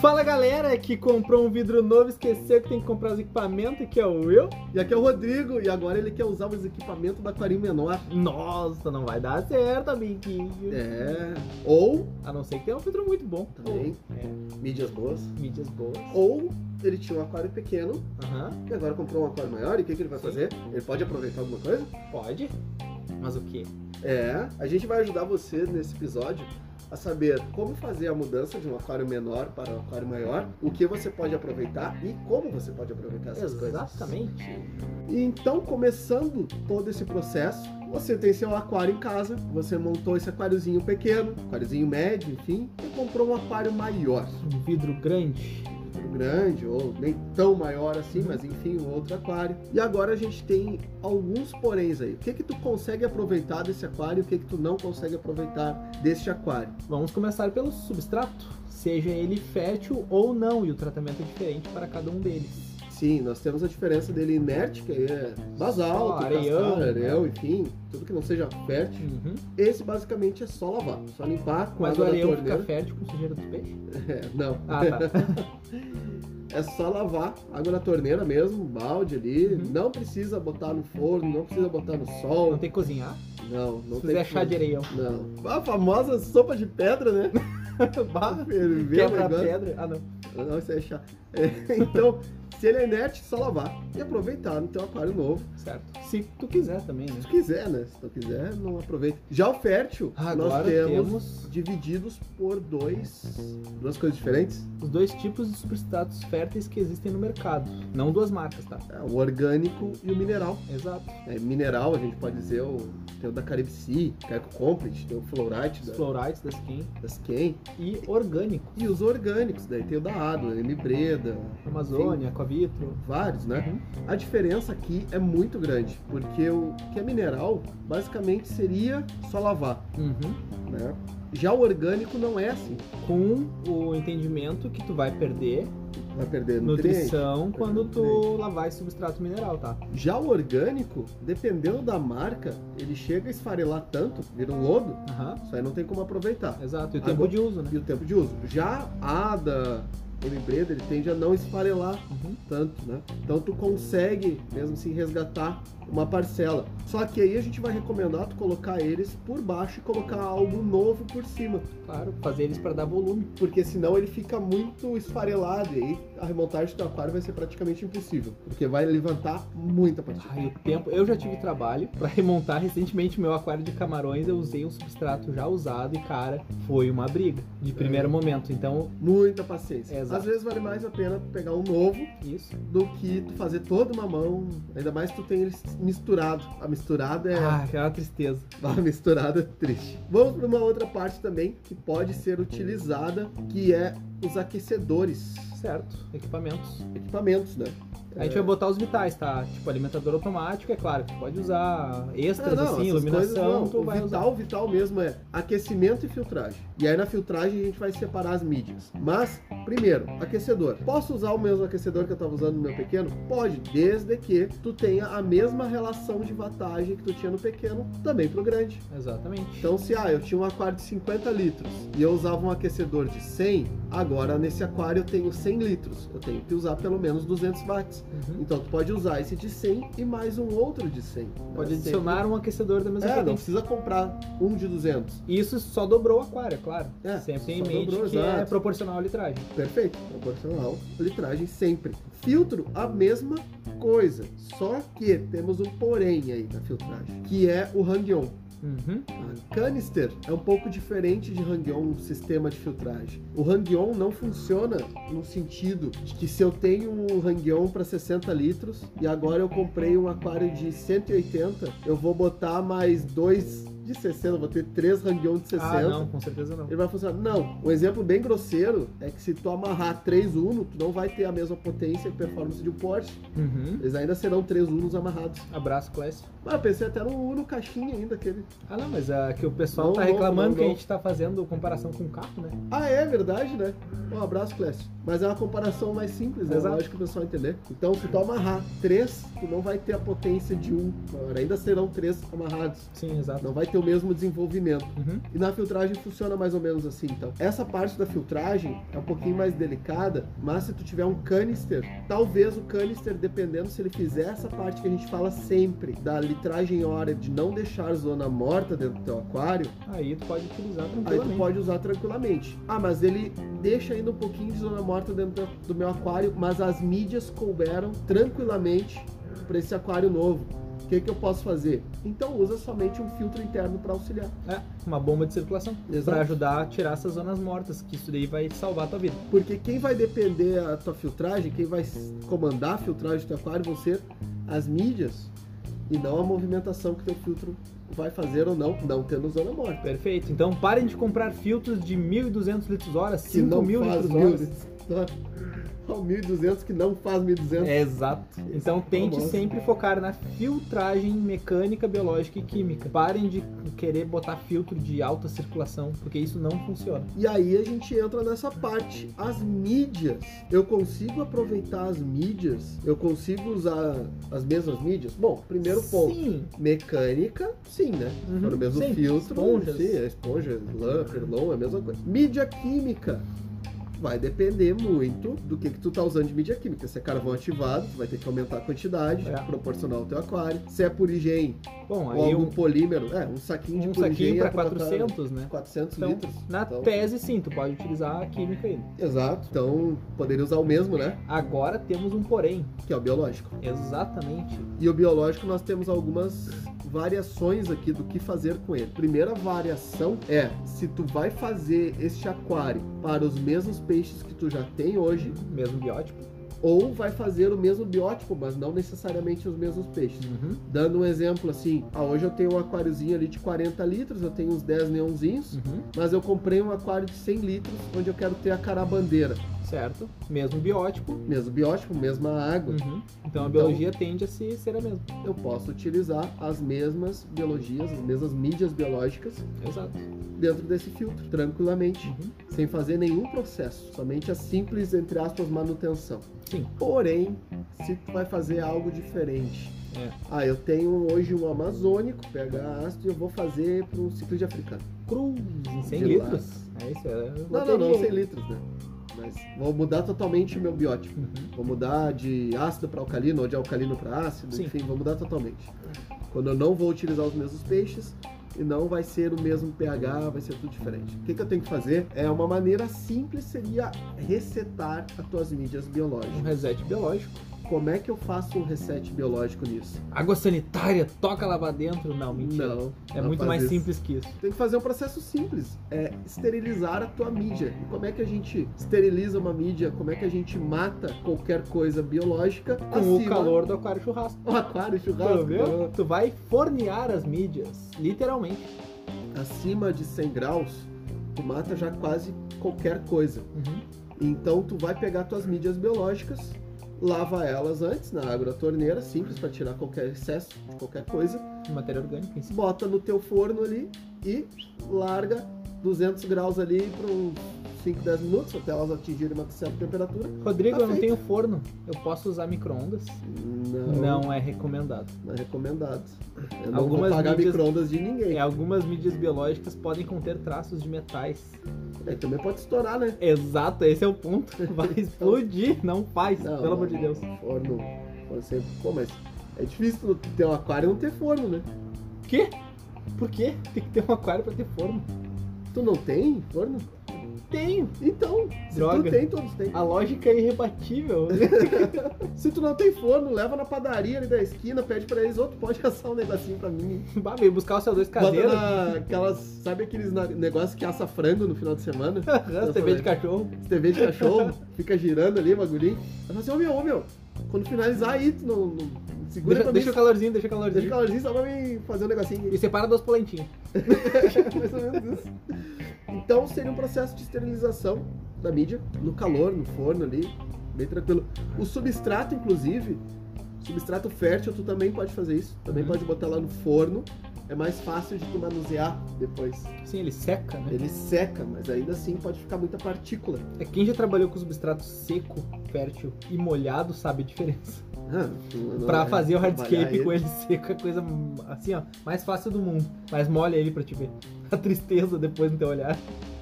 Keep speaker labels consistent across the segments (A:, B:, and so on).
A: Fala galera que comprou um vidro novo, esqueceu que tem que comprar os equipamentos, que é o eu.
B: E aqui é o Rodrigo, e agora ele quer usar os equipamentos do aquarinho menor.
A: Nossa, não vai dar certo, amiguinho.
B: É. Ou,
A: A não ser que tenha um vidro muito bom.
B: Também.
A: É,
B: mídias boas.
A: mídias boas.
B: Ou ele tinha um aquário pequeno
A: Aham,
B: e agora comprou um aquário maior. E o que, que ele vai
A: Sim.
B: fazer? Ele pode aproveitar alguma coisa?
A: pode. Mas o quê?
B: É. A gente vai ajudar você nesse episódio a saber como fazer a mudança de um aquário menor para um aquário maior, o que você pode aproveitar e como você pode aproveitar essas coisas.
A: Exatamente.
B: E Então, começando todo esse processo, você tem seu aquário em casa, você montou esse aquáriozinho pequeno, aquáriozinho médio, enfim, e comprou um aquário maior,
A: Um vidro grande.
B: grande ou nem tão maior assim, mas enfim, um outro aquário. E agora a gente tem alguns poréns aí. O que que tu consegue aproveitar desse aquário, o que que tu não consegue aproveitar deste aquário?
A: Vamos começar pelo substrato, seja ele fértil ou não, e o tratamento é diferente para cada um deles.
B: Sim, nós temos a diferença dele inerte, que é basalto,
A: Só areião,
B: cascalho,
A: né?
B: areião, enfim, tudo que não seja fértil.
A: Uhum.
B: Esse basicamente é só lavar, só limpar com
A: Mas o
B: água da
A: areião fica
B: torneira.
A: fértil com sujeira do peixe?
B: É, não.
A: Ah, tá.
B: É só lavar água na torneira mesmo, um balde ali.
A: Uhum.
B: Não precisa botar no forno, não precisa botar no
A: Não
B: sol.
A: tem que cozinhar?
B: Não, não
A: Se
B: tem.
A: fizer chá de areião.
B: Não. A famosa sopa de pedra, né? Barra ferver o
A: Quebra a
B: negócio.
A: pedra. Ah, não.
B: Não, isso é chá. É, então, se ele é inerte, só lavar e aproveitar no teu aquário novo.
A: Certo. Se tu quiser também, né?
B: Se tu quiser, né? Se tu quiser, não aproveita. Já o fértil,
A: Ah, Agora
B: nós temos,
A: temos
B: divididos por dois. Duas coisas diferentes.
A: os dois tipos de substratos férteis que existem no mercado. Não duas marcas, tá?
B: É, o orgânico e o mineral.
A: Exato.
B: É, mineral, a gente pode dizer, o, tem o da Caribe Sea, que é o Complete, tem o Fluorite
A: Os
B: da,
A: fluorites da skin
B: da Skin,
A: e orgânico.
B: e os orgânicos, daí tem o da Ado, M. Breda,
A: Amazônia, Coavitro.
B: vários, né? A diferença aqui é muito grande, porque o que é mineral, basicamente seria só lavar,
A: Uhum.
B: né? Já o orgânico não é assim,
A: Com o entendimento que tu vai perder
B: vai perder nutrientes.
A: nutrição quando tu
B: nutriente.
A: lavar esse substrato mineral, tá?
B: Já o orgânico, dependendo da marca, ele chega a esfarelar tanto, vira um lodo,
A: Aham.
B: isso aí não tem como aproveitar.
A: Exato. E o
B: Agora-
A: tempo de uso, né?
B: e o tempo de uso. Já a Ada M. Breda, ele tende a não esfarelar
A: Uhum.
B: tanto, né? Então tu consegue mesmo assim resgatar uma parcela. Só que aí a gente vai recomendar tu colocar eles por baixo e colocar algo novo por cima,
A: Claro, fazer eles para dar volume.
B: porque senão ele fica muito esfarelado e aí a remontagem do aquário vai ser praticamente impossível, porque vai levantar muita partícula.
A: Ai, o tempo. Eu já tive trabalho para remontar recentemente meu aquário de camarões. Eu usei um substrato já usado e, cara, foi uma briga de
B: É.
A: primeiro momento. Então,
B: Muita paciência.
A: Exato.
B: Às vezes vale mais a pena tu pegar um novo
A: isso.
B: do que tu fazer toda uma mão, ainda mais tu tem eles misturado. A misturada é
A: Ah, é uma tristeza.
B: Uma misturada triste. Vamos para uma outra parte também que pode ser utilizada, que é os aquecedores,
A: Certo, equipamentos.
B: equipamentos, né?
A: A gente vai botar os vitais, tá? Tipo, alimentador automático, é claro, tu pode usar extras,
B: É, não,
A: assim,
B: essas
A: iluminação,
B: coisas
A: tu
B: não. O
A: vai
B: vital,
A: usar.
B: o vital mesmo é aquecimento e filtragem. E aí na filtragem a gente vai separar as mídias. Mas, primeiro, aquecedor. Posso usar o mesmo aquecedor que eu estava usando no meu pequeno? Pode, desde que tu tenha a mesma relação de vatagem que tu tinha no pequeno, também pro grande.
A: Exatamente.
B: Então, se ah, eu tinha um aquário de 50 litros e eu usava um aquecedor de 100, agora nesse aquário eu tenho 100 litros. Eu tenho que usar pelo menos 200 watts.
A: Uhum.
B: Então, tu pode usar esse de 100 e mais um outro de 100. né?
A: Pode
B: Sempre-
A: adicionar um aquecedor da mesma
B: É, não
A: potência.
B: precisa comprar um de 200.
A: Isso só dobrou o aquário, é claro.
B: É,
A: Sempre tem em
B: só
A: mente
B: dobrou,
A: que é
B: exato.
A: proporcional à litragem.
B: Perfeito, proporcional, litragem sempre. Filtro, a mesma coisa, só que temos um porém aí na filtragem, que é o hang-on.
A: Uhum.
B: A Canister é um pouco diferente de Hang-On, um sistema de filtragem. O Hang-On não funciona no sentido de que se eu tenho um Hang-On para 60 litros e agora eu comprei um aquário de 180, eu vou botar mais dois de 60, eu vou ter três Hang-On de 60.
A: Ah, não, com certeza não.
B: Ele vai funcionar. Não, um exemplo bem grosseiro é que se tu amarrar três Uno, tu não vai ter a mesma potência e performance de um Porsche.
A: Uhum.
B: Eles ainda serão três Unos amarrados.
A: Abraço, Clécio.
B: Mas eu pensei até no Uno caixinha ainda, aquele
A: Ah, não, mas ah, que o pessoal
B: Não,
A: tá
B: não,
A: reclamando
B: não,
A: que a
B: não.
A: gente tá fazendo comparação com o carro, né?
B: Ah, é verdade, né? Um abraço, Clécio. Mas é uma comparação mais simples, né?
A: Exato.
B: Lógico que o pessoal entender. Então, se tu amarrar três, tu não vai ter a potência de um. Agora, ainda serão três amarrados.
A: Sim, exato.
B: Não vai ter ter o mesmo desenvolvimento.
A: Uhum.
B: E na filtragem funciona mais ou menos assim, então. Essa parte da filtragem é um pouquinho mais delicada, mas se tu tiver um canister, talvez o canister, dependendo se ele fizer essa parte que a gente fala sempre, da litragem hora de não deixar zona morta dentro do teu aquário,
A: Aí tu pode utilizar
B: aí tu
A: tranquilamente.
B: pode usar tranquilamente. Ah, mas ele deixa ainda um pouquinho de zona morta dentro do meu aquário, mas as mídias couberam tranquilamente para esse aquário novo. O que, que eu posso fazer? Então usa somente um filtro interno para auxiliar.
A: É, uma bomba de circulação.
B: Exato.
A: Pra ajudar a tirar essas zonas mortas, que isso daí vai salvar a tua vida.
B: Porque quem vai depender a tua filtragem, quem vai s- comandar a filtragem do teu aquário vão ser as mídias e não a movimentação que teu filtro vai fazer ou não, não tendo zona morta.
A: Perfeito. Então parem de comprar filtros de 1.200 litros hora,
B: Que não
A: 5.000
B: faz
A: litros
B: mil Tá?
A: hora.
B: Não, 1.200 que não faz 1.200.
A: É, exato. Então
B: Tá
A: tente
B: Famoso.
A: sempre focar na filtragem mecânica, biológica e química. Parem de querer botar filtro de alta circulação, porque isso não funciona.
B: E aí a gente entra nessa parte. As mídias. Eu consigo aproveitar as mídias? Eu consigo usar as mesmas mídias? Bom, primeiro ponto.
A: Sim.
B: Mecânica, sim, né?
A: Uhum.
B: Para o mesmo
A: Sim,
B: filtro.
A: esponjas.
B: Sim, é esponja, lã, perlon, é a mesma coisa. Mídia química. Vai depender muito do que, que tu tá usando de mídia química. Se é carvão ativado, tu vai ter que aumentar a quantidade,
A: É.
B: proporcional ao teu aquário. Se é purigem
A: Bom,
B: ou
A: aí
B: algum
A: um,
B: polímero, é, um saquinho de
A: um
B: purigem
A: saquinho
B: é
A: para 400, né?
B: 400
A: Então,
B: litros.
A: Na
B: Então,
A: tese, sim, tu pode utilizar a química aí.
B: Exato. Então, poderia usar o mesmo, né?
A: Agora temos um porém.
B: Que é o biológico.
A: Exatamente.
B: E o biológico nós temos algumas variações aqui do que fazer com ele. Primeira variação é se tu vai fazer este aquário para os mesmos peixes que tu já tem hoje
A: Mesmo biótipo.
B: ou vai fazer o mesmo biótipo, mas não necessariamente os mesmos peixes.
A: Uhum.
B: Dando um exemplo assim, ah, hoje eu tenho um aquáriozinho ali de 40 litros, eu tenho uns 10 neonzinhos,
A: Uhum.
B: mas eu comprei um aquário de 100 litros onde eu quero ter a carabandeira.
A: Certo. Mesmo biótipo.
B: Mesmo biótipo, mesma água.
A: Uhum. Então a biologia tende a se ser a mesma.
B: Eu posso utilizar as mesmas biologias, as mesmas mídias biológicas
A: Exato.
B: dentro desse filtro, tranquilamente,
A: Uhum.
B: sem fazer nenhum processo, somente a simples, entre aspas, manutenção.
A: Sim.
B: Porém, se tu vai fazer algo diferente.
A: É.
B: Ah, eu tenho hoje um amazônico, pH ácido, e eu vou fazer para um ciclo de africano.
A: Cruz em 100
B: De
A: litros. É isso. É
B: Não, não, não, 100 litros, né? Mas vou mudar totalmente o meu biótipo.
A: Uhum.
B: Vou mudar de ácido para alcalino ou de alcalino para ácido,
A: Sim.
B: enfim, vou mudar totalmente. Quando eu não vou utilizar os mesmos peixes e não vai ser o mesmo pH, vai ser tudo diferente. O que, que eu tenho que fazer? É uma maneira simples seria resetar as tuas mídias
A: Um
B: biológicas.
A: reset biológico.
B: Como é que eu faço um reset biológico nisso?
A: Água sanitária, toca lá pra dentro. Não, mentira.
B: Não.
A: é
B: não
A: muito
B: faz
A: mais
B: isso.
A: simples que isso.
B: Tem que fazer um processo simples, é esterilizar a tua mídia. E como é que a gente esteriliza uma mídia? Como é que a gente mata qualquer coisa biológica
A: Com o
B: Acima-
A: calor do aquário churrasco.
B: O aquário churrasco.
A: Tu, viu? tu vai fornear as mídias, literalmente.
B: Acima de 100 graus, tu mata já quase qualquer coisa.
A: Uhum.
B: Então tu vai pegar tuas mídias biológicas, lava elas antes na água da torneira, simples para tirar qualquer excesso de qualquer coisa,
A: Matéria orgânica em si.
B: bota no teu forno ali e larga 200 graus ali para uns 5, 10 minutos até elas atingirem uma certa temperatura.
A: Rodrigo,
B: Tá
A: eu não
B: feito.
A: tenho forno. Eu posso usar micro-ondas?
B: Não,
A: Não é recomendado.
B: não é recomendado. Eu não
A: Algumas
B: vou pagar
A: mídias-
B: micro-ondas de
A: É,
B: ninguém.
A: algumas mídias biológicas podem conter traços de metais.
B: Aí também pode estourar, né?
A: Exato, esse é o ponto. Vai explodir, não faz,
B: Não,
A: pelo
B: não,
A: amor de Deus.
B: Forno. forno sempre. Pô, mas é difícil tu ter um aquário e não ter forno, né?
A: Quê? Por quê? Tem que ter um aquário pra ter forno.
B: Tu não tem forno?
A: Tenho!
B: Então, se tu
A: Droga.
B: tem, todos têm.
A: A lógica é irrebatível.
B: Se tu não tem forno, leva na padaria ali da esquina, pede pra eles, outro pode assar um negocinho pra mim.
A: Bah, veio buscar o CO2
B: Bota
A: caseiro,
B: na, aquelas, sabe aqueles na- negócios que assa frango no final de semana?
A: Aham, TV de cachorro.
B: TV de cachorro, fica girando ali, o bagulhinho. Eu falo assim, ô meu, ô meu, quando finalizar aí, tu não, não- segura
A: Deixa,
B: pra
A: deixa o
B: mim.
A: calorzinho, deixa o
B: Deixa
A: calorzinho.
B: o calorzinho só pra mim fazer um negocinho.
A: E separa duas polentinhas.
B: Mais ou menos isso. Então seria um processo de esterilização da mídia no calor, no forno ali, bem tranquilo. O substrato, inclusive, substrato fértil, tu também pode fazer isso. Também
A: Uhum.
B: pode botar lá no forno é mais fácil de tu manusear depois.
A: Sim, ele seca, né?
B: Ele seca, mas ainda assim pode ficar muita partícula.
A: É quem já trabalhou com substrato seco, fértil e molhado sabe a diferença.
B: Ah, não- não
A: pra
B: é
A: fazer o
B: trabalhar
A: hardscape
B: ele.
A: com ele seco é a coisa assim, ó, mais fácil do mundo. Mas molha ele pra te ver. A tristeza depois no teu olhar.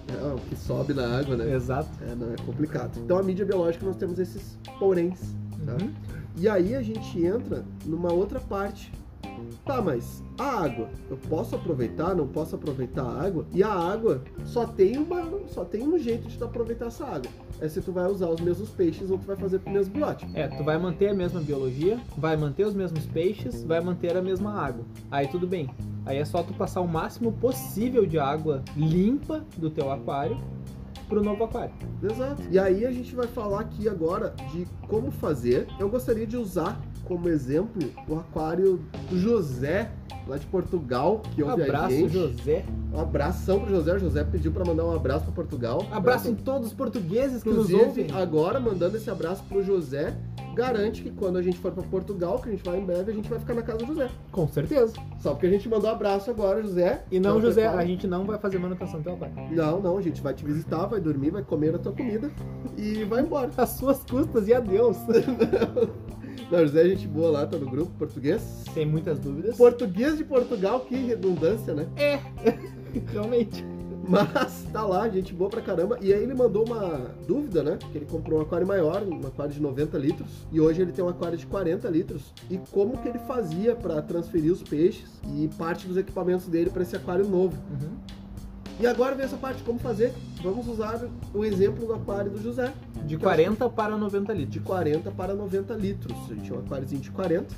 B: É, o que sobe na água, né?
A: Exato.
B: É, não, é complicado. Então a mídia biológica nós temos esses poréns. Tá.
A: Uhum.
B: E aí a gente entra numa outra parte. Tá, mas a água, eu posso aproveitar, não posso aproveitar a água? E a água só tem uma, só tem um jeito de tu aproveitar essa água. É se tu vai usar os mesmos peixes ou tu vai fazer com o mesmo biote.
A: É, tu vai manter a mesma biologia, vai manter os mesmos peixes, vai manter a mesma água. Aí tudo bem. Aí é só tu passar o máximo possível de água limpa do teu aquário pro novo aquário.
B: Exato. E aí a gente vai falar aqui agora de como fazer. Eu gostaria de usar como exemplo o aquário do José, lá de Portugal, que
A: Um
B: ouve a
A: abraço,
B: gente.
A: José.
B: Um abração pro José. O José pediu pra mandar um abraço pra Portugal.
A: Abraço em todos os portugueses que nos ouvem.
B: Inclusive, agora, mandando esse abraço pro José, garante que quando a gente for pra Portugal, que a gente vai em breve, a gente vai ficar na casa do José.
A: Com certeza.
B: Certeza. Só porque a gente mandou abraço agora, José.
A: E não, José,
B: prepara.
A: a gente não vai fazer manutenção do teu aquário.
B: Não, não, a gente vai te visitar, vai dormir, vai comer a tua comida e vai embora.
A: As suas custas e adeus.
B: Não, José, é gente boa lá, tá no grupo português.
A: Tem muitas dúvidas.
B: Português de Portugal, que redundância, né?
A: Realmente.
B: Mas tá lá, gente boa pra caramba. E aí ele mandou uma dúvida, né? Que ele comprou um aquário maior, um aquário de 90 litros. E hoje ele tem um aquário de 40 litros. E como que ele fazia pra transferir os peixes e parte dos equipamentos dele pra esse aquário novo.
A: Uhum.
B: E agora vem essa parte, como fazer? Vamos usar o exemplo do aquário do José.
A: De 40 para 90
B: De
A: litros.
B: 40 para 90 litros. A gente tinha um aquáriozinho de 40,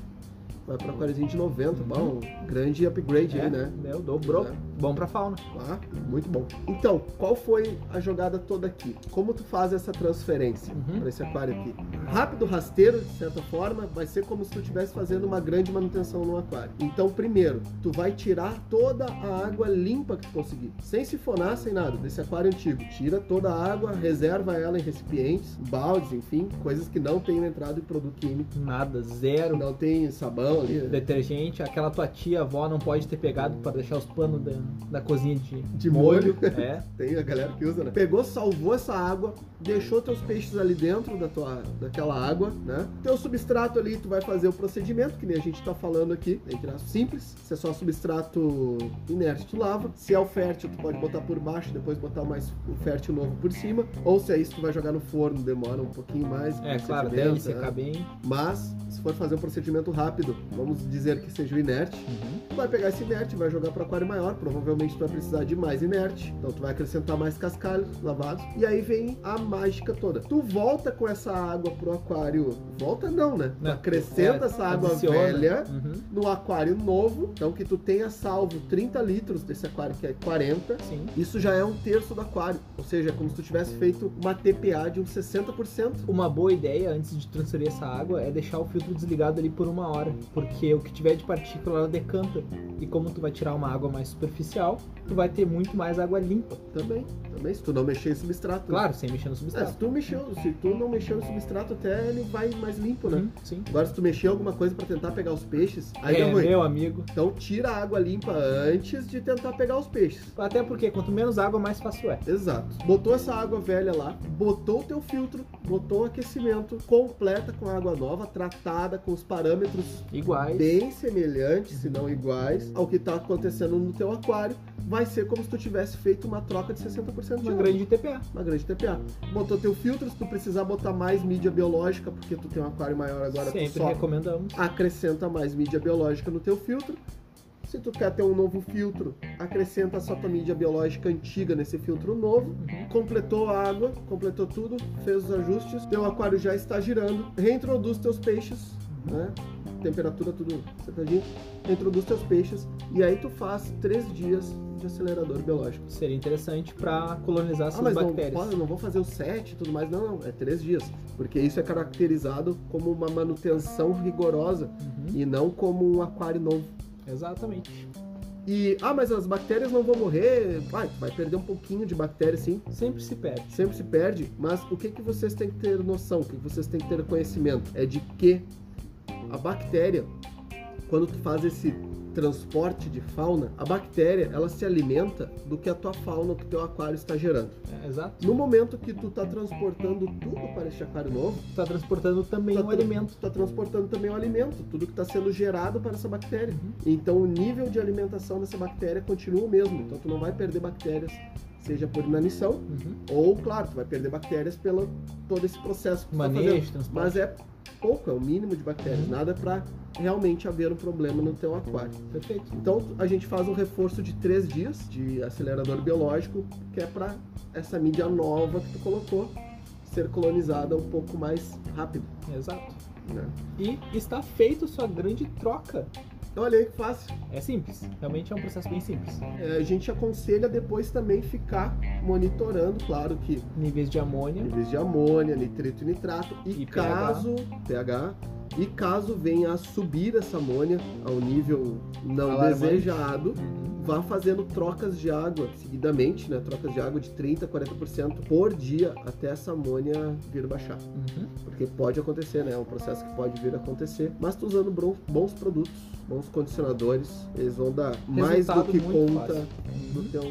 B: vai pra um aquáriozinho de 90. Bom, grande
A: É.
B: upgrade aí, né?
A: Deu, dobrou.
B: É.
A: Bom pra fauna.
B: Ah, muito bom. Então, qual foi a jogada toda aqui? Como tu faz essa transferência
A: Uhum.
B: para esse aquário aqui? Rápido, rasteiro, de certa forma, vai ser como se tu estivesse fazendo uma grande manutenção no aquário. Então, primeiro, tu vai tirar toda a água limpa que tu conseguir, sem sifonar, sem nada, desse aquário antigo. Tira toda a água, reserva ela em recipientes, baldes, enfim, coisas que não tenham entrado em produto químico.
A: Nada, zero.
B: Não tem sabão ali, né?
A: Detergente, aquela tua tia, avó, não pode ter pegado pra deixar os panos da, da cozinha de,
B: De molho.
A: É.
B: Tem a galera que usa, né? Pegou, salvou essa água, deixou teus peixes ali dentro da tua, daquela água, né? Teu substrato ali, tu vai fazer o procedimento, que nem a gente tá falando aqui, entre aspas, simples. Se é só substrato inerte, tu lava. Se é o fértil, tu pode botar por baixo, depois botar mais o fértil novo por cima. Ou se é isso, tu vai jogar no forno, demora um pouquinho mais.
A: É,
B: o
A: claro, até
B: procedimento,
A: ele secar
B: né?
A: bem.
B: Mas, se for fazer um procedimento rápido, vamos dizer que seja o inerte,
A: Uhum.
B: Tu vai pegar esse inerte, vai jogar para aquário maior, provavelmente tu vai precisar de mais inerte, então tu vai acrescentar mais cascalhos lavados, e aí vem a mágica toda. Tu volta com essa água pro aquário, volta não, né? Tu
A: Não,
B: acrescenta
A: é,
B: essa água
A: adiciona.
B: velha
A: Uhum,
B: no aquário novo, então que tu tenha salvo 30 litros desse aquário que é 40,
A: Sim.
B: isso já é um terço do aquário, ou seja, é como se tu tivesse feito uma TPA de um uns 60%.
A: Uma boa ideia antes de transferir essa água é deixar o filtro desligado ali por uma hora, porque o que tiver de partícula ela decanta. E como tu vai tirar uma água mais superficial, tu vai ter muito mais água limpa.
B: Também, também, se tu não mexer em substrato. né?
A: Claro, sem mexer no
B: É, se
A: substrato.
B: tu mexeu, se tu não mexeu no substrato, até ele vai mais limpo, né?
A: Uhum, Sim.
B: Agora, se tu mexer alguma coisa pra tentar pegar os peixes, aí é
A: É,
B: ruim.
A: meu amigo.
B: Então tira a água limpa antes de tentar pegar os peixes.
A: Até porque quanto menos água, mais fácil é.
B: Exato. Botou essa água velha lá, botou o teu filtro, botou o aquecimento, completa com água nova, tratada com os parâmetros
A: Iguais.
B: bem semelhantes, se não iguais, ao que tá acontecendo no teu aquário. Vai ser como se tu tivesse feito uma troca de 60% de
A: Uma
B: água.
A: grande TPA.
B: Uma grande TPA. Botou teu filtro, se tu precisar botar mais mídia biológica, porque tu tem um aquário maior agora, tu
A: Sempre
B: só
A: recomendamos.
B: acrescenta mais mídia biológica no teu filtro. Se tu quer ter um novo filtro, acrescenta só tua mídia biológica antiga nesse filtro novo.
A: Uhum.
B: Completou a água, completou tudo, fez os ajustes, teu aquário já está girando, reintroduz teus peixes, né? Temperatura tudo acertadinho, reintroduz teus peixes e aí tu faz três dias de acelerador biológico.
A: Seria interessante para colonizar
B: Ah,
A: essas
B: mas não,
A: bactérias.
B: pode- não vou fazer o set e tudo mais, não, não, é três dias, porque isso é caracterizado como uma manutenção rigorosa
A: Uhum,
B: e não como um aquário novo.
A: Exatamente.
B: E, ah, mas as bactérias não vão morrer. Vai, vai perder um pouquinho de bactéria, sim.
A: Sempre se perde.
B: Sempre se perde. Mas o que, que vocês têm que ter noção, o que, que vocês têm que ter conhecimento? É de que a bactéria, quando tu faz esse transporte de fauna, a bactéria ela se alimenta do que a tua fauna, o que teu aquário está gerando.
A: É, exato.
B: No momento que tu tá transportando tudo para este aquário novo,
A: Tu tá transportando também
B: tá
A: o
B: tra-
A: alimento.
B: tu tá transportando também o alimento, tudo que está sendo gerado para essa bactéria.
A: Uhum.
B: Então o nível de alimentação dessa bactéria continua o mesmo, então tu não vai perder bactérias, seja por inanição
A: Uhum.
B: ou, claro, tu vai perder bactérias pelo todo esse processo que tu tá fazendo.
A: Manejo, Uhum. transporte.
B: Mas é pouco, é o mínimo de bactérias, nada para realmente haver um problema no teu aquário.
A: Perfeito.
B: Então a gente faz um reforço de três dias de acelerador biológico, que é para essa mídia nova que tu colocou ser colonizada um pouco mais rápido.
A: Exato.
B: Né?
A: E está feito sua grande troca.
B: Então, olha aí que fácil.
A: É simples. Realmente é um processo bem simples.
B: É, a gente aconselha depois também ficar monitorando, claro que
A: Níveis de amônia.
B: níveis de amônia, nitrito e nitrato, e,
A: E pH.
B: caso pH e caso venha a subir essa amônia ao nível não
A: Alarmante.
B: desejado, vá fazendo trocas de água seguidamente, né? Trocas de água de 30 a 40% por dia até essa amônia vir baixar.
A: Uhum.
B: Porque pode acontecer, né? É um processo que pode vir a acontecer. Mas tu usando bron- bons produtos, bons condicionadores, eles vão dar mais do
A: Resultado
B: que
A: muito
B: conta
A: fácil.
B: do teu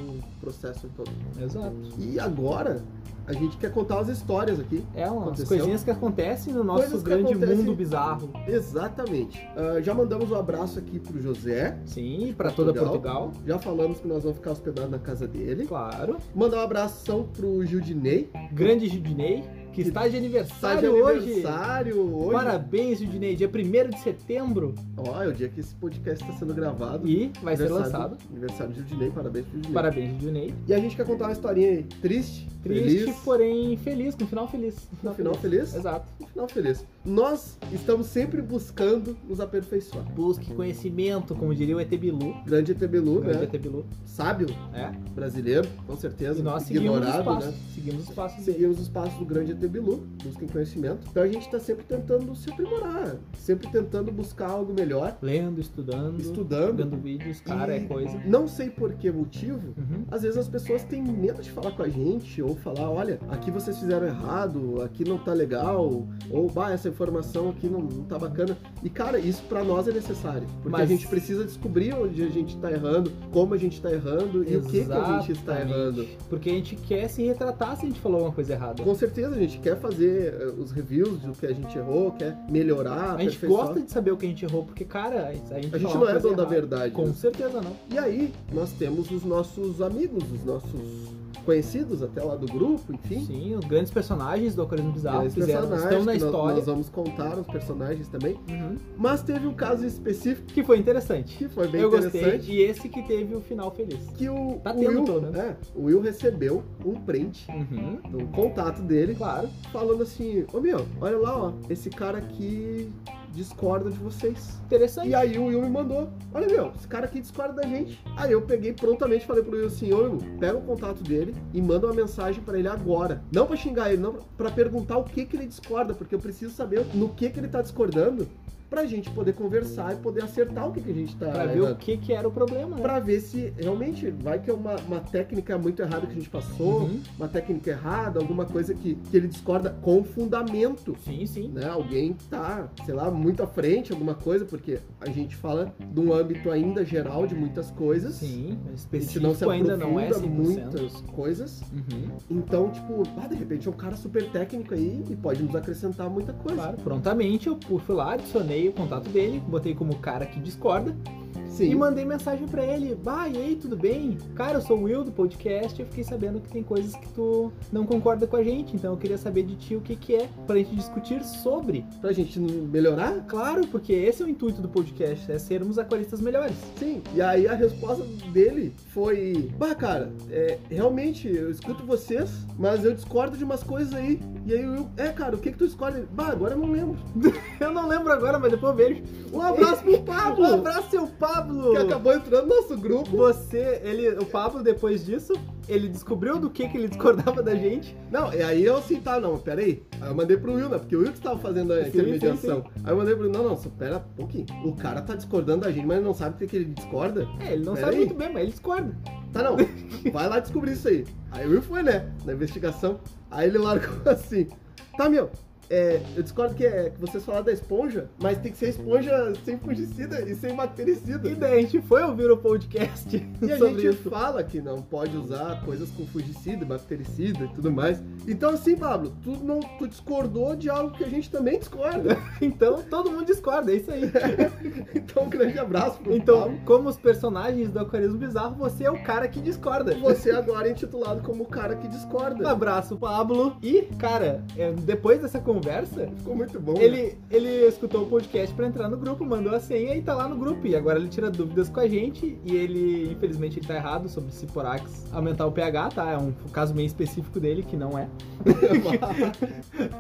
B: processo todo.
A: Exato.
B: E agora, a gente quer contar as histórias aqui.
A: É umas
B: Aconteceu.
A: coisinhas que acontecem no nosso
B: Coisas que
A: grande
B: acontecem-
A: mundo bizarro.
B: Exatamente. Ah, já mandamos um abraço aqui pro José.
A: Sim, para toda Portugal.
B: Já falamos que nós vamos ficar hospedados na casa dele.
A: Claro.
B: Mandar um abração pro Gildinei.
A: Grande Judinei, que está de
B: Tá
A: aniversário,
B: de
A: hoje.
B: aniversário hoje.
A: Parabéns, Judinei. Dia 1 de setembro.
B: Ó, é o dia que esse podcast está sendo gravado.
A: E vai ser
B: Aniversário-
A: lançado.
B: Aniversário do Gildinei, parabéns pro Gildinei.
A: Parabéns, Judinei.
B: E a gente quer contar uma historinha aí. Triste,
A: Triste,
B: feliz,
A: porém feliz, com final feliz.
B: no final feliz.
A: Exato.
B: No final feliz. Nós estamos sempre buscando nos aperfeiçoar.
A: Busque conhecimento, como diria o ET Bilu.
B: Grande Etebelu,
A: Grande
B: né?
A: ET Bilu.
B: Sábio,
A: É.
B: brasileiro, com certeza.
A: E nós seguimos os
B: ignorado,
A: passos.
B: né?
A: Seguimos os passos dele.
B: Seguimos os passos do grande Etebilu, busquem conhecimento. Então a gente está sempre tentando se aprimorar, sempre tentando buscar algo melhor,
A: Lendo, estudando,
B: estudando.
A: vendo vídeos, Uhum. cara,
B: E
A: é coisa.
B: Não sei por que motivo,
A: Uhum.
B: Às vezes as pessoas têm medo de falar com a gente ou falar, olha, aqui vocês fizeram errado, aqui não tá legal, ou bah, essa informação aqui não, não tá bacana. E cara, isso pra nós é necessário, porque a
A: Mas-
B: gente precisa descobrir onde a gente tá errando, como a gente tá errando e o que, que a gente está
A: Exatamente.
B: errando.
A: Porque a gente quer se retratar se a gente falou alguma coisa errada.
B: Com certeza a gente quer fazer eh, os reviews do que a gente errou, quer melhorar,
A: A gente
B: aperfeiçoar.
A: gosta de saber o que a gente errou, porque, cara, a gente,
B: A gente
A: fala
B: não
A: uma
B: é
A: coisa
B: dono da
A: errada.
B: verdade. né?
A: Com certeza não.
B: E aí, nós temos os nossos amigos, os nossos conhecidos até lá do grupo, enfim.
A: Sim, os grandes personagens do Alcoolismo Bizarro
B: Aqueles
A: fizeram,
B: personagens
A: estão na
B: que nós-
A: história.
B: Nós, vamos contar os personagens também.
A: Uhum.
B: Mas teve um caso específico
A: Que foi interessante.
B: que foi bem
A: Eu gostei.
B: interessante.
A: E esse que teve o final feliz.
B: Que o,
A: Tá
B: o
A: tendo,
B: Will,
A: pelo menos.
B: é, o Will recebeu um print
A: Uhum.
B: do contato dele
A: Claro.
B: falando assim, ô meu, olha lá, ó, esse cara aqui discorda de vocês.
A: Interessante.
B: E aí o Will me mandou, olha meu, esse cara aqui discorda da gente. Aí eu peguei prontamente e falei pro Will assim, ô Will, pega o contato dele e manda uma mensagem pra ele agora. Não pra xingar ele, não pra perguntar o que que ele discorda, porque eu preciso saber no que que ele tá discordando pra gente poder conversar e poder acertar o que que a gente tá
A: Pra ver o
B: errando.
A: que, que era o problema, né?
B: Pra ver se realmente vai que é uma, uma técnica muito errada que a gente passou,
A: Uhum.
B: uma técnica errada, alguma coisa que, que ele discorda com fundamento
A: Sim, sim.
B: né? Alguém tá, sei lá, muito à frente, alguma coisa, porque a gente fala de um âmbito ainda geral de muitas coisas.
A: Sim,
B: A
A: específico
B: gente não se aprofunda
A: ainda não é 100%.
B: muitas coisas.
A: Uhum,
B: Então, tipo, ah, de repente é um cara super técnico aí e pode nos acrescentar muita coisa.
A: claro. Prontamente eu fui lá, adicionei o contato dele, botei como cara que discorda
B: Sim.
A: e mandei mensagem pra ele. Bah, e aí, tudo bem? Cara, eu sou o Will do podcast eu fiquei sabendo que tem coisas que tu não concorda com a gente, então eu queria saber de ti o que que é pra gente discutir sobre.
B: Pra gente melhorar?
A: Claro, porque esse é o intuito do podcast, é sermos aquaristas melhores.
B: Sim. E aí a resposta dele foi: Bah, cara, é, realmente eu escuto vocês, mas eu discordo de umas coisas aí. E aí eu, é, cara, o que que tu discorda? Ele, Bah, agora eu não lembro.
A: Eu não lembro agora, mas depois eu vejo.
B: Um abraço pro Pablo!
A: Um abraço, seu Pablo!
B: que acabou entrando no nosso grupo.
A: Você, ele, o Pablo, depois disso, ele descobriu do que que ele discordava da gente.
B: Não, e aí eu assim, tá, não, peraí. Aí eu mandei pro Will, né? Porque o Will que estava fazendo a
A: Sim,
B: intermediação. Aí eu mandei pro Will, não, não, só pera um pouquinho. O cara tá discordando da gente, mas ele não sabe o que que ele discorda.
A: É, ele não
B: Pera
A: sabe
B: aí.
A: muito bem, mas ele discorda.
B: Tá, não, vai lá descobrir isso aí. Aí o Will foi, né, na investigação. Aí ele largou assim, tá, meu, é, eu discordo que, é, que vocês falaram da esponja, mas tem que ser esponja sem fungicida e sem bactericida.
A: E daí a gente foi ouvir o podcast
B: E a
A: sobre
B: gente
A: isso.
B: fala que não pode usar coisas com fungicida, bactericida e tudo mais. Então, assim, Pablo, tu, não, tu discordou de algo que a gente também discorda.
A: Então todo mundo discorda, é isso aí.
B: Então, um grande abraço pro
A: Então,
B: Pablo.
A: como os personagens do Aquarismo Bizarro, você é o cara que discorda. Um
B: Você agora é intitulado como o cara que discorda.
A: Abraço, Pablo. E, cara, é, depois dessa conversa,
B: Ficou muito bom. né?
A: ele, ele escutou o podcast pra entrar no grupo, mandou a senha e tá lá no grupo. E agora ele tira dúvidas com a gente. E ele, infelizmente, ele tá errado sobre Ciporax aumentar o pH, tá? É um caso meio específico dele, que não é.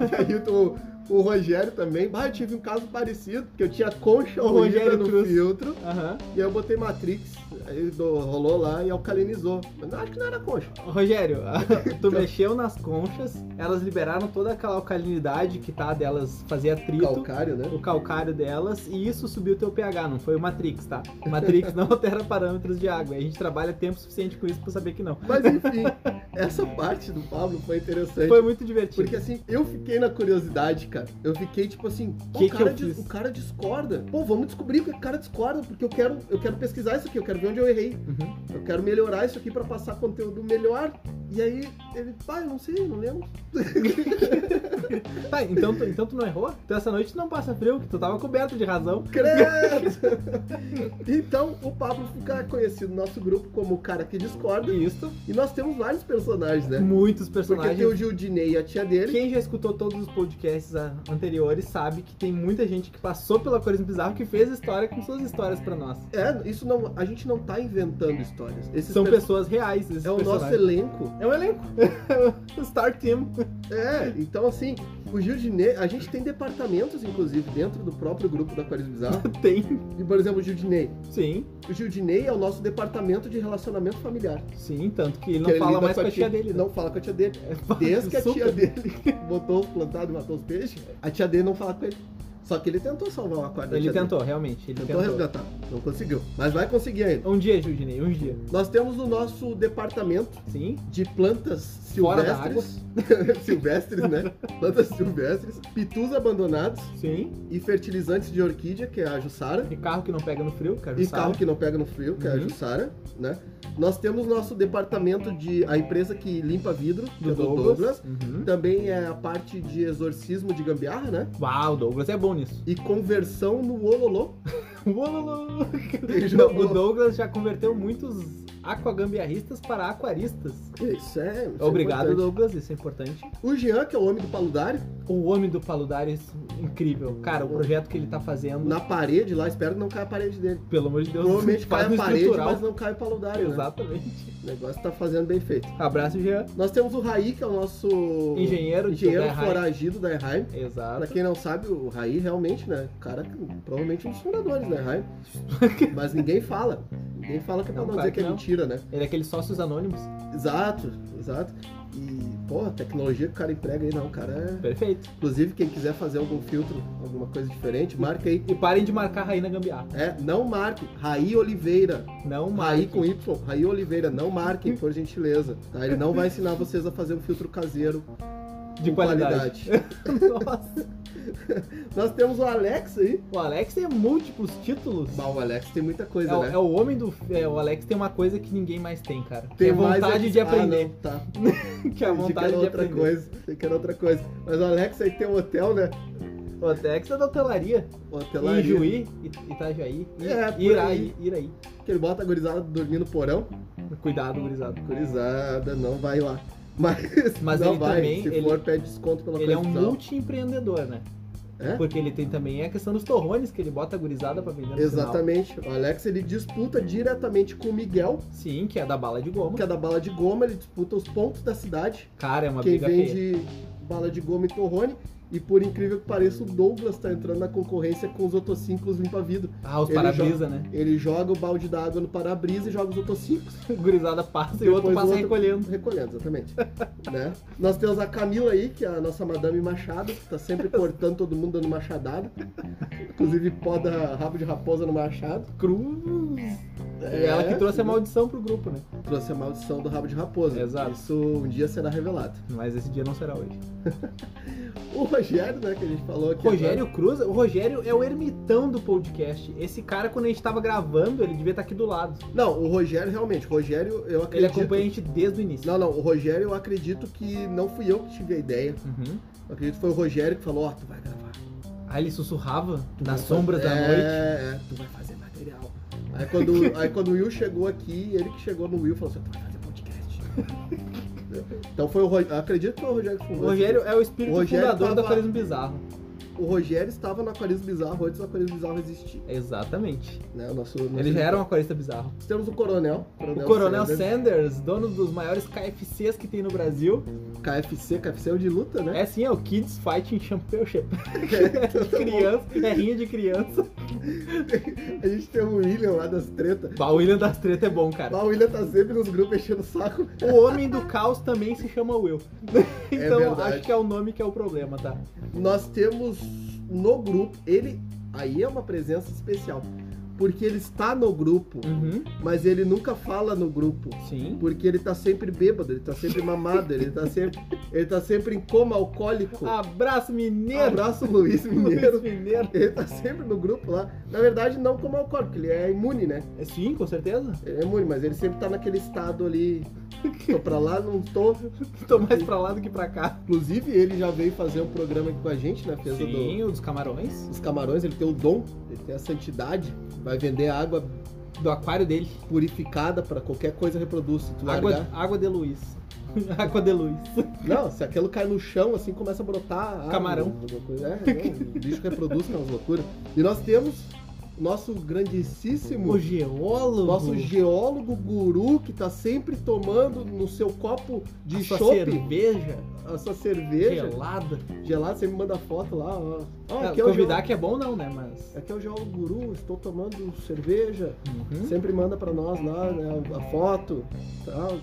B: e aí o, o Rogério também. Bah, eu tive um caso parecido, que eu tinha concha
A: O
B: ruída
A: Rogério
B: no
A: Cruz.
B: filtro.
A: Aham.
B: E aí eu botei Matrix, aí do- rolou lá e alcalinizou. Mas não, acho que não era concha.
A: Rogério,
B: Então.
A: tu mexeu nas conchas, elas liberaram toda aquela alcalinidade que tá delas fazer atrito.
B: Calcário, né?
A: o calcário delas e isso subiu teu pH, não foi o Matrix, tá? O Matrix não altera parâmetros de água. e A gente trabalha tempo suficiente com isso pra saber que não.
B: Mas enfim, essa parte do Pablo foi interessante.
A: Foi muito divertido.
B: Porque assim, eu fiquei na curiosidade, cara. Eu fiquei tipo assim, pô,
A: Que
B: o,
A: que
B: cara
A: eu
B: dis-
A: fiz?
B: o cara discorda. Pô, vamos descobrir o que o cara discorda, porque eu quero, eu quero pesquisar isso aqui, eu quero ver onde eu errei.
A: Uhum.
B: Eu quero melhorar isso aqui pra passar conteúdo melhor. E aí ele, pá, eu não sei, não lembro.
A: Tá, então tu, então tu não errou? Então essa noite tu não passa frio, que tu tava coberto de razão.
B: Credo! É. então o Pablo fica conhecido no nosso grupo como o cara que discorda.
A: E isso,
B: E nós temos vários personagens, né?
A: muitos
B: Porque tem o
A: personagens.
B: Gildinei e a tia dele.
A: Quem já escutou todos os podcasts a- anteriores sabe que tem muita gente que passou pela Corismo Bizarro que fez história com suas histórias pra nós.
B: É, isso não. A gente não tá inventando histórias. Esses
A: São
B: perso-
A: pessoas reais, esses
B: É o nosso
A: personagens.
B: elenco.
A: É um elenco. Star Team.
B: É, então assim, o Gildinei. A gente tem departamentos, inclusive, dentro do próprio grupo da Aquarismo Bizarro.
A: Tem.
B: E, por exemplo, o Gildinei.
A: Sim,
B: O Gildinei é o nosso departamento de relacionamento familiar.
A: sim, tanto que ele não
B: Que ele
A: fala
B: lida
A: mais com a tia dele. né?
B: Não fala com a tia dele. Desde que a tia dele botou os plantados e matou os peixes, a tia dele não fala com ele. Só que ele tentou salvar o aquário da
A: Ele
B: tia
A: tentou, realmente. Ele
B: dele.
A: tentou.
B: Tentou resgatar. Não conseguiu. Mas vai conseguir ainda.
A: Um dia, Judinei, um dia.
B: Nós temos o nosso departamento
A: Sim.
B: de plantas
A: Fora da
B: silvestres. silvestres, né? Plantas silvestres, pitus abandonados
A: Sim.
B: e fertilizantes de orquídea, que é a Jussara.
A: E carro que não pega no frio, cara.
B: E
A: sabe?
B: carro que não pega no frio, que é a
A: Uhum.
B: Jussara, né? Nós temos nosso departamento de. a empresa que limpa vidro, que é
A: do Douglas. Uhum.
B: Também é a parte de exorcismo de gambiarra, né?
A: Uau, o Douglas é bom nisso.
B: E conversão no ololô.
A: Uololô.
B: Ele
A: Não,
B: jogou.
A: o Douglas já converteu muitos aquagambiarristas para aquaristas.
B: Isso é. isso é
A: Obrigado,
B: importante.
A: Douglas, isso é importante.
B: O Jean, que é o homem do paludário,
A: O homem do Paludares, incrível. Cara, o projeto que ele tá fazendo,
B: na parede lá, espero que não caia a parede dele.
A: pelo amor de Deus,
B: Provavelmente
A: faz
B: cai
A: um
B: a parede,
A: estrutural.
B: mas não cai o paludário. né?
A: Exatamente.
B: O negócio tá fazendo bem feito.
A: Abraço, Jean.
B: Nós temos o Raí, que é o nosso
A: Engenheiro, de
B: engenheiro
A: Tandai High.
B: foragido da Erheim. Pra
A: Exato.
B: quem não sabe, o Raí realmente, né? o Cara, que provavelmente um dos fundadores da Erheim. Mas ninguém fala. Ninguém fala que é pra
A: Não,
B: não,
A: claro
B: dizer que,
A: um que
B: é
A: não.
B: mentira, né?
A: Ele é aqueles sócios anônimos.
B: Exato, exato. E, pô, a tecnologia que o cara emprega aí, não, o cara. é-
A: Perfeito.
B: Inclusive, quem quiser fazer algum filtro, alguma coisa diferente, marca aí.
A: E parem de marcar Rainha Gambiarra.
B: É, não marque. Raí Oliveira.
A: Não
B: Raí
A: marquem.
B: com Y. Raí Oliveira, não marquem, por gentileza. Tá? Ele não vai ensinar vocês a fazer um filtro caseiro
A: De
B: com
A: qualidade.
B: qualidade.
A: Nossa.
B: Nós temos o Alex aí.
A: O Alex tem múltiplos títulos.
B: Bah, o Alex tem muita
A: É,
B: coisa,
A: o-
B: né?
A: é o homem do. é, o Alex tem uma coisa que ninguém mais tem, cara.
B: Tem
A: é vontade
B: mais-
A: de
B: Ah,
A: aprender.
B: não, tá.
A: que é a
B: Pensei que
A: vontade
B: era
A: de
B: outra
A: aprender.
B: coisa. Pensei que era outra coisa. Mas o Alex aí tem um hotel, né?
A: O Alex é da hotelaria.
B: Hotelaria.
A: Ijuí, It- Itajaí, I-
B: É, por
A: Iraí,
B: aí.
A: Iraí.
B: Que ele bota a gurizada dormir no porão.
A: Cuidado, gurizada.
B: Gurizada, não vai lá. Mas,
A: Mas
B: não
A: ele
B: vai.
A: também,
B: Se
A: ele-
B: for, pede desconto pela
A: Ele é um
B: condição.
A: multi-empreendedor, né?
B: É?
A: Porque ele tem também a questão dos torrones que ele bota a gurizada pra vender no
B: Exatamente. O Alex ele disputa diretamente com o Miguel,
A: final. Sim, que é da bala de goma.
B: que é da bala de goma, ele disputa os pontos da cidade.
A: Cara, é uma
B: quem
A: briga feia.
B: vende bala de goma e torrone. E por incrível que pareça, o Douglas tá entrando na concorrência com os otociclos limpa-vidro.
A: Ah, os
B: ele
A: para-brisa, né?
B: Ele joga o balde d'água no para-brisa e joga os otociclos
A: gurizada passa e o outro
B: Depois o
A: passa
B: outro-
A: recolhendo.
B: recolhendo, exatamente. né? Nós temos a Camila aí, que é a nossa madame machado, que tá sempre cortando todo mundo dando machadada. Inclusive poda rabo de raposa no machado.
A: Cruz.
B: É,
A: Ela que trouxe a
B: sim.
A: maldição pro grupo, né?
B: Trouxe a maldição do rabo de raposa.
A: Exato.
B: Isso um dia será revelado.
A: Mas esse dia não será hoje.
B: O Rogério, né, que a gente falou aqui.
A: Rogério Cruz, o Rogério é o ermitão do podcast. Esse cara, quando a gente tava gravando, ele devia estar aqui do lado.
B: agora. Não, o Rogério realmente, o Rogério, eu acredito.
A: Ele é acompanha a gente desde o início.
B: Não, não, o Rogério, eu acredito que não fui eu que tive a ideia.
A: Uhum.
B: Eu acredito que foi o Rogério que falou, ó, tu vai gravar.
A: Aí ele sussurrava
B: Tu
A: nas
B: vai
A: sombras
B: fazer-
A: da
B: é,
A: noite.
B: É, tu vai fazer material. Aí quando, aí quando o Will chegou aqui, ele que chegou no Will falou assim, tu vai fazer podcast. então foi o Rogério, acredito que foi o Rogério que
A: O
B: fundou.
A: Rogério é o espírito
B: O Rogério
A: fundador do
B: tava-
A: Aquarismo Bizarro.
B: O Rogério estava no Aquarismo Bizarro antes do Aquarismo Bizarro existir,
A: Exatamente.
B: né? O nosso, nosso
A: Ele já era um aquarista bizarro.
B: Temos o Coronel.
A: O Coronel
B: Sanders,
A: Sanders, dono dos maiores KFCs que tem no Brasil.
B: Uhum. KFC, KFC é o de luta, né?
A: É assim, é o Kids Fighting Championship.
B: todo mundo.
A: criança, é rinha de criança.
B: A gente tem o William lá das tretas.
A: Bah, O William das Treta é bom, cara.
B: Mas O William tá sempre nos grupos enchendo o saco.
A: O Homem do Caos também se chama Will. Então
B: verdade.
A: acho que é o nome que é o problema, tá?
B: Nós temos no grupo, ele aí é uma presença especial. Porque ele está no grupo,
A: Uhum,
B: mas ele nunca fala no grupo.
A: sim.
B: Porque ele tá sempre bêbado, ele tá sempre mamado, ele tá sempre, ele tá sempre em coma alcoólico.
A: Ah, Abraço mineiro!
B: Abraço, Luiz Mineiro.
A: Luiz Mineiro.
B: Ele tá sempre no grupo lá. Na verdade, não como alcoólico, ele é imune, né?
A: É sim, com certeza.
B: Ele é imune, mas ele sempre tá naquele estado ali. Tô pra lá, não tô.
A: Tô mais pra lá do que pra cá.
B: Inclusive, ele já veio fazer um programa aqui com a gente, né? Fez o do,
A: Sim, o dos camarões.
B: dos camarões, ele tem o dom, ele tem a santidade. Vai vender água
A: Do aquário dele.
B: purificada pra qualquer coisa reproduz. Se tu
A: Água,
B: largar.
A: água de Luiz. água de Luiz.
B: Não, se aquilo cai no chão, assim começa a brotar. água,
A: Camarão.
B: alguma coisa. É, não, o bicho reproduz aquelas loucuras. E nós temos nosso grandíssimo.
A: O geólogo.
B: Nosso geólogo guru que tá sempre tomando no seu copo de
A: A sua
B: chopp
A: cerveja
B: a sua cerveja
A: gelada.
B: gelada, sempre manda foto lá, ó. Ó,
A: Ah,
B: aqui, é o
A: convidar
B: geólogo,
A: que é bom não, né? Mas.
B: aqui é o geólogo guru, estou tomando cerveja.
A: Uhum.
B: Sempre manda pra nós lá, né, a foto, tal. Ele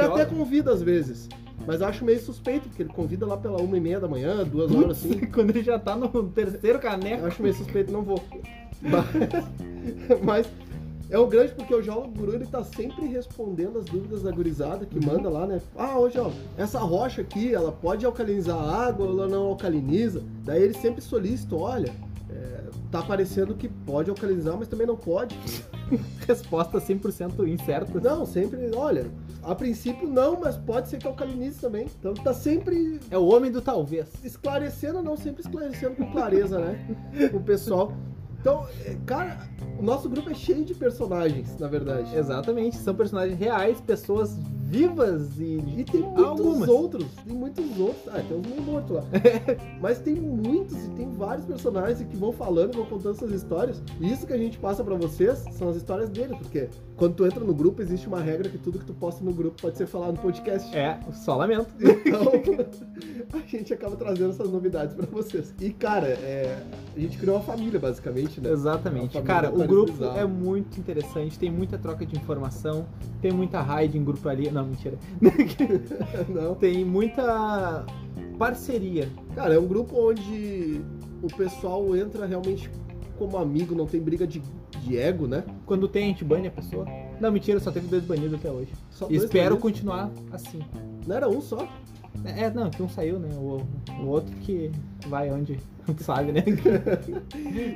A: Geólogo.
B: até convida às vezes, mas acho meio suspeito, porque ele convida lá pela uma e meia da manhã, duas horas assim.
A: Quando ele já tá no terceiro
B: Eu
A: caneco.
B: acho meio suspeito, não vou. Mas, mas é o grande porque o Jolo Guru ele tá sempre respondendo as dúvidas da gurizada que manda lá, né? Ah, ô Jolo, essa rocha aqui, ela pode alcalinizar a água ou ela não alcaliniza? Daí ele sempre solicita, olha, é, tá parecendo que pode alcalinizar, mas também não pode.
A: Resposta 100% incerta.
B: Não, sempre, olha, a princípio não, mas pode ser que alcalinize também. Então tá sempre
A: É o homem do talvez.
B: esclarecendo, não sempre esclarecendo com clareza, né? O pessoal. Então, é, cara, o nosso grupo é cheio de personagens, na verdade.
A: Exatamente. São personagens reais, pessoas vivas e.
B: E tem muitos
A: Algumas.
B: outros, tem muitos outros. Ah, tem uns meio mortos lá. Mas tem muitos e tem vários personagens que vão falando, vão contando suas histórias. E isso que a gente passa pra vocês são as histórias deles, porque quando tu entra no grupo, existe uma regra que tudo que tu posta no grupo pode ser falado no podcast.
A: É, só lamento.
B: Então, a gente acaba trazendo essas novidades pra vocês. E, cara, é, a gente criou uma família, basicamente, né?
A: Exatamente.
B: É uma família
A: Cara, o
B: quase
A: grupo
B: bizarra.
A: é muito interessante, tem muita troca de informação, tem muita raid em grupo ali. Não, mentira.
B: Não.
A: Tem muita parceria.
B: Cara, é um grupo onde o pessoal entra realmente como amigo, não tem briga de, de ego, né?
A: Quando tem, a gente bane a pessoa. Não, mentira, só teve dois banidos até hoje.
B: Só
A: E
B: dois
A: Espero
B: amigos.
A: continuar assim.
B: Não era um só.
A: É, não, que um saiu, né? O, o outro que vai onde sabe, né?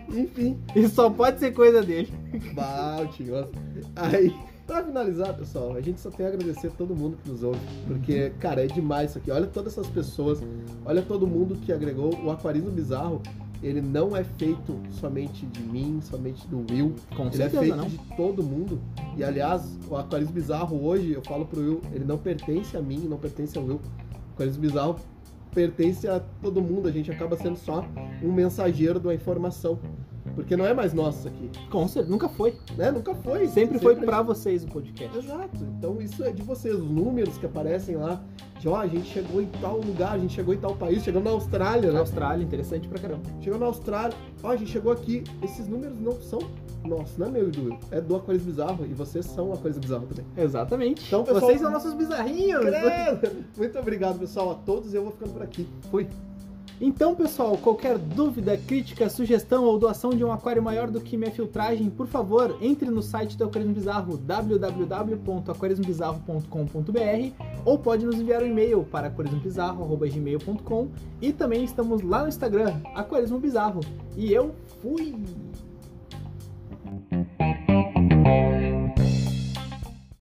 B: Enfim.
A: Isso só pode ser coisa dele.
B: Bah, tinhoso. Aí, pra finalizar, pessoal, a gente só tem a agradecer a todo mundo que nos ouve. Porque, cara, é demais isso aqui. Olha todas essas pessoas, olha todo mundo que agregou. O Aquarismo Bizarro, ele não é feito somente de mim, somente do Will.
A: Com
B: Ele é
A: certeza,
B: feito
A: não.
B: de todo mundo. E aliás, o Aquarismo Bizarro hoje, eu falo pro Will, ele não pertence a mim, não pertence ao Will. O Aquarismo Bizarro pertence a todo mundo. A gente acaba sendo só um mensageiro da informação. Porque não é mais nosso isso aqui.
A: Com certeza, nunca foi.
B: Né? Nunca foi.
A: Sempre foi pra vocês o podcast.
B: Exato. Então isso é de vocês. Os números que aparecem lá. De, ó, a gente chegou em tal lugar, a gente chegou em tal país, chegamos na Austrália,
A: Na
B: né?
A: Austrália, interessante pra caramba.
B: Chegou na Austrália, ó, a gente chegou aqui. Esses números não são nossos, não é meu e do Will. É do Aquarius Bizarro e vocês são Aquarius Bizarro também.
A: Exatamente.
B: Então, pessoal-
A: vocês são nossos bizarrinhos. né?
B: né? Credo! Muito obrigado, pessoal, a todos. Eu vou ficando por aqui. Fui.
A: Então, pessoal, qualquer dúvida, crítica, sugestão ou doação de um aquário maior do que minha filtragem, por favor, entre no site do Aquarismo Bizarro, www.aquarismobizarro.com.br ou pode nos enviar um e-mail para aquarismobizarro.gmail.com e também estamos lá no Instagram, Aquarismo Bizarro. E eu fui!